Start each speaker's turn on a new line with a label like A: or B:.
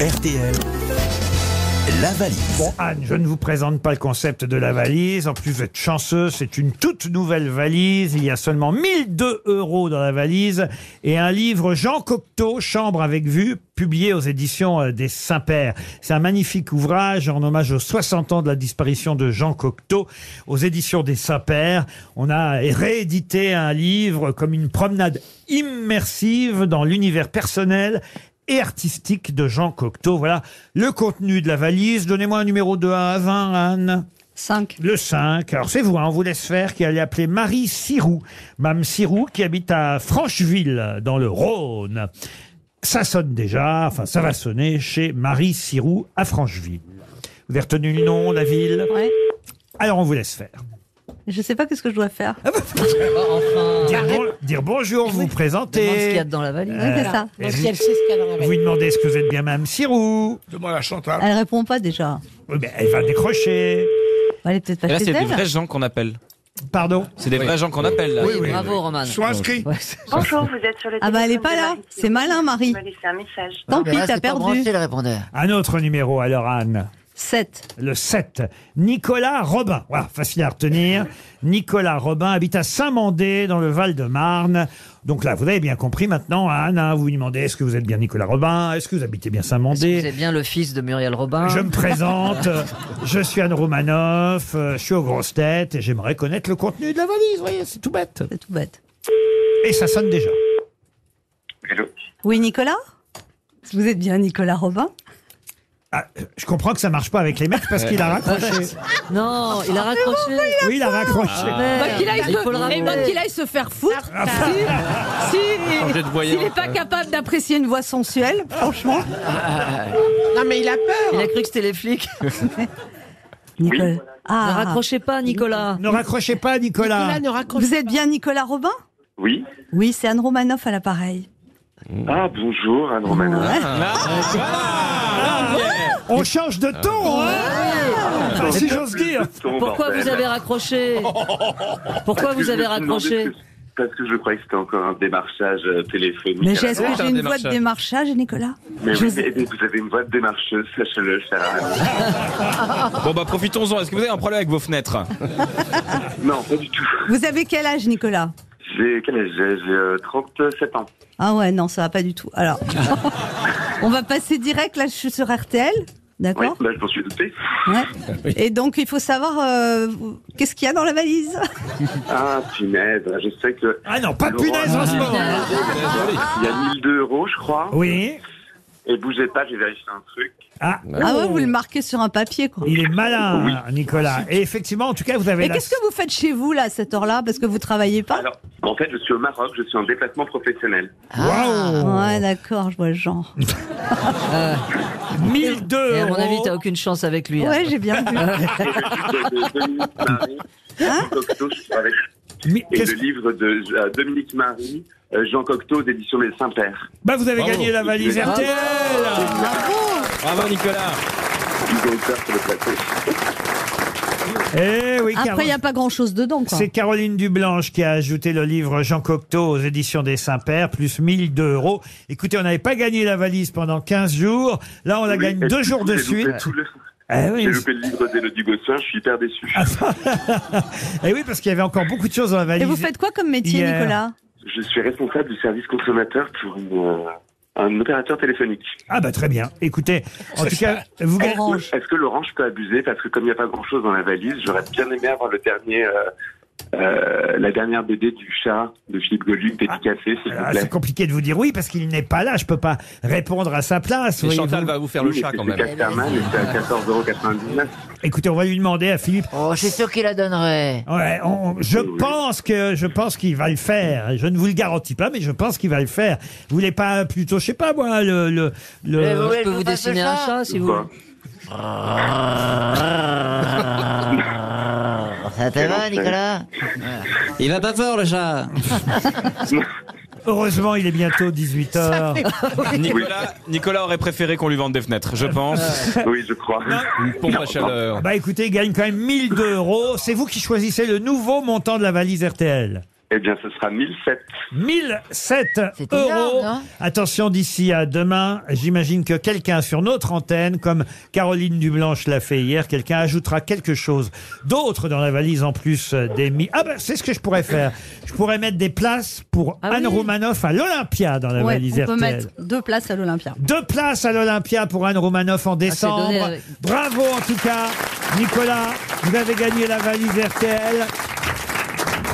A: RTL. La valise.
B: Bon, Anne, je ne vous présente pas le concept de la valise. En plus, vous êtes chanceux, c'est une toute nouvelle valise. Il y a seulement 1002 euros dans la valise et un livre Jean Cocteau, Chambre avec vue, publié aux éditions euh, des Saint-Pères. C'est un magnifique ouvrage en hommage aux 60 ans de la disparition de Jean Cocteau aux éditions des Saint-Pères. On a réédité un livre comme une promenade immersive dans l'univers personnel et artistique de Jean Cocteau. Voilà le contenu de la valise. Donnez-moi un numéro de 1 à 20, Anne.
C: 5.
B: Le 5. Alors c'est vous, hein, on vous laisse faire, qui allez appeler Marie Sirou. Mme Sirou qui habite à Francheville, dans le Rhône. Ça sonne déjà, enfin ça va sonner chez Marie Sirou à Francheville. Vous avez retenu le nom, la ville
C: Ouais.
B: Alors on vous laisse faire.
C: Je sais pas qu'est-ce que je dois faire.
D: Ah
B: Dire, bon- dire bonjour, vous présenter.
E: dans la valise.
C: Ouais, c'est ça.
B: Et vous- Vous lui demandez est-ce que vous êtes bien Mme Sirou
F: Demande à Chantal.
C: Elle répond pas déjà.
B: Oui, mais Elle va décrocher.
C: Elle est peut-être pas
D: Et là,
C: chez
D: c'est des
C: elle.
D: vrais gens qu'on appelle.
B: Pardon
D: C'est des vrais gens qu'on appelle. Là.
E: Bravo, Roman.
F: Sois inscrit.
G: Bonjour, vous êtes sur le
C: Ah bah, elle est
G: téléphone
C: pas
G: de
C: là.
G: Marie.
C: C'est malin, Marie.
G: Elle m'a laissé un message.
C: Tant pis, t'as perdu.
E: le répondeur.
B: Un autre numéro alors, Anne.
C: 7.
B: Le 7. Nicolas Robin. Voilà, facile à retenir. Nicolas Robin habite à Saint-Mandé, dans le Val-de-Marne. Donc là, vous avez bien compris maintenant, Anne, hein, vous lui demandez est-ce que vous êtes bien Nicolas Robin Est-ce que vous habitez bien
E: Vous
B: Saint-Mandé
E: êtes bien le fils de Muriel Robin.
B: Je me présente, euh, je suis Anne Romanoff, euh, je suis aux grosses têtes et j'aimerais connaître le contenu de la valise. Vous voyez, c'est tout bête.
C: C'est tout bête.
B: Et ça sonne déjà.
G: Hello.
C: Oui, Nicolas Vous êtes bien Nicolas Robin
B: Ah, je comprends que ça marche pas avec les mecs parce qu'il a raccroché.
E: Non, il a raccroché.
B: Oui, il a raccroché.
E: Merde,
H: Euh, qu'il
C: Ah,
H: aille
E: il faut le
H: se-
E: rappeler.
H: Et moi qu'il aille se faire foutre. Si, si-
D: Changer de voyant.
H: s'il n'est
C: ah.
H: pas capable d'apprécier une voix sensuelle, franchement.
I: Non, mais il a peur.
E: Il a cru que c'était les flics.
C: Nicolas.
E: Ne
C: Ah,
E: raccrochez pas, Nicolas.
B: Ne raccrochez pas, Nicolas.
I: Là, ne raconte
C: vous êtes bien Nicolas Robin
G: Oui.
C: Oui, c'est Anne Romanoff à l'appareil.
G: Ah, bonjour, Anne Romanoff.
B: On change de ton, hein Enfin, Si j'ose dire.
C: Oh,
E: Pourquoi vous avez raccroché Pourquoi vous avez raccroché
G: Parce que je croyais que c'était encore un démarchage euh, téléphonique.
C: Mais
G: à
C: j'ai-
G: la
C: est-ce que
G: base.
C: j'ai une voix de démarchage, Nicolas
G: Mais
C: Je
G: oui,
C: sais-
G: mais, mais vous avez une voix de démarcheuse, sachez-le, chère Anne.
D: Bon, bah profitons-en. Est-ce que vous avez un problème avec vos fenêtres
G: Non, pas du tout.
C: Vous avez quel âge, Nicolas
G: J'ai quel âge j'ai J'ai euh, 37 ans.
C: Ah ouais, non, ça va pas du tout. Alors, on va passer direct. Là, je suis sur RTL.
G: Oui,
C: D'accord
G: bah, je m'en suis douté.
C: Ouais. Et donc, il faut savoir euh, qu'est-ce qu'il y a dans la valise.
G: Ah, punaise, je sais que
B: Ah non, pas punaise en ce moment. hein.
G: il y a 1002 euros, je crois.
B: Oui.
G: Et bougez pas, j'ai vérifié un truc.
B: Ah,
C: Ah ouais, vous le marquez sur un papier, quoi.
B: il est malin, Nicolas.
G: Ah,
B: Et effectivement, en tout cas, vous avez
C: Et
B: la...
C: qu'est-ce que vous faites chez vous, là, à cette heure-là Parce que vous travaillez pas
G: Alors, en fait, je suis au Maroc, je suis en déplacement professionnel.
B: Waouh
C: Ah, Ouais, d'accord, je vois le genre.
B: 1002 euros.
E: Et à mon avis, t'as aucune chance avec lui. hein. là.
C: Ouais, j'ai bien vu.
G: Et le livre de Dominique Marie, Jean Cocteau, je suis avec-
B: Mi-
G: et
B: qu'est-ce-
G: le livre de euh, Dominique Marie, euh, Jean Cocteau, d'édition des Saint-Pères.
B: Bah, vous avez
D: Bravo.
B: gagné la valise
G: Bravo.
B: RTL.
D: Bravo, Nicolas.
G: Ils ont peur sur le plateau.
B: Eh oui, Caro-
C: Après, il n'y a pas grand-chose dedans, quoi.
B: C'est Caroline Dublanche qui a ajouté le livre Jean Cocteau aux éditions des Saint-Pères, plus 1002 euros. Écoutez, on n'avait pas gagné la valise pendant 15 jours. Là, on la
G: Oui,
B: gagne
G: et
B: deux
G: du
B: jours
G: coup,
B: de
G: j'ai
B: suite.
G: loupé tout le-
B: Eh oui, Ah,
G: J'ai loupé le livre d'Élodie Gosselin, je suis hyper déçu.
B: eh oui, parce qu'il y avait encore beaucoup de choses dans la valise.
C: Et vous faites quoi comme métier,
B: Hier.
C: Nicolas
G: Je suis responsable du service consommateur pour une, euh, un opérateur téléphonique.
B: Ah bah très bien. Écoutez, en tout cas, vous gagnez...
C: Orange.
G: Est-ce que Laurent, je peux abuser Parce que comme il n'y a pas grand-chose dans la valise, j'aurais bien aimé avoir le dernier, euh, euh, la dernière BD du chat de Philippe Goluc, dédicacée, s'il vous
B: Ah,
G: plaît.
B: c'est compliqué de vous dire oui parce qu'il n'est pas là. Je peux pas répondre à sa place.
D: Et
B: voyez-vous.
D: Chantal va vous faire le
G: Oui, mais
D: chat
G: c'est
D: quand
G: chez
D: même.
G: Casterman et c'est à 14,99€.
B: Écoutez, on va lui demander à Philippe.
E: Oh, je suis sûr qu'il la donnerait.
B: Ouais, on- je
G: Oui, oui.
B: pense que je pense qu'il va le faire. Je ne vous le garantis pas, mais je pense qu'il va le faire. Vous voulez pas plutôt, je sais pas moi, le le, le-
E: Euh, Je peux vous dessiner un chat si vous
G: Bah,
E: Ah. Ça te va, Nicolas
D: Il a pas peur, le chat.
B: Heureusement, il est bientôt 18 h
D: Nicolas, Nicolas aurait préféré qu'on lui vende des fenêtres, je pense.
G: oui, je crois.
D: Une pompe à
B: Ah
D: chaleur.
B: Bah écoutez, il gagne quand même 1002 euros. C'est vous qui choisissez le nouveau montant de la valise RTL.
G: Eh bien, ce sera 1007.
B: 1007
F: C'est énorme, hein
B: euros.
F: non
B: Attention, d'ici à demain, j'imagine que quelqu'un sur notre antenne, comme Caroline Dublanche l'a fait hier, quelqu'un ajoutera quelque chose d'autre dans la valise en plus euh, des mi. Ah ben, c'est ce que je pourrais faire. Je pourrais mettre des places pour
C: Ah
B: Anne
C: oui.
B: Romanoff à l'Olympia dans la
C: Ouais,
B: valise
C: on peut
B: RTL.
C: mettre deux places à l'Olympia.
B: Deux places à l'Olympia pour Anne Romanoff
C: Ah,
B: en décembre.
E: donné avec-
B: Bravo en tout cas, Nicolas. Vous avez gagné la valise RTL.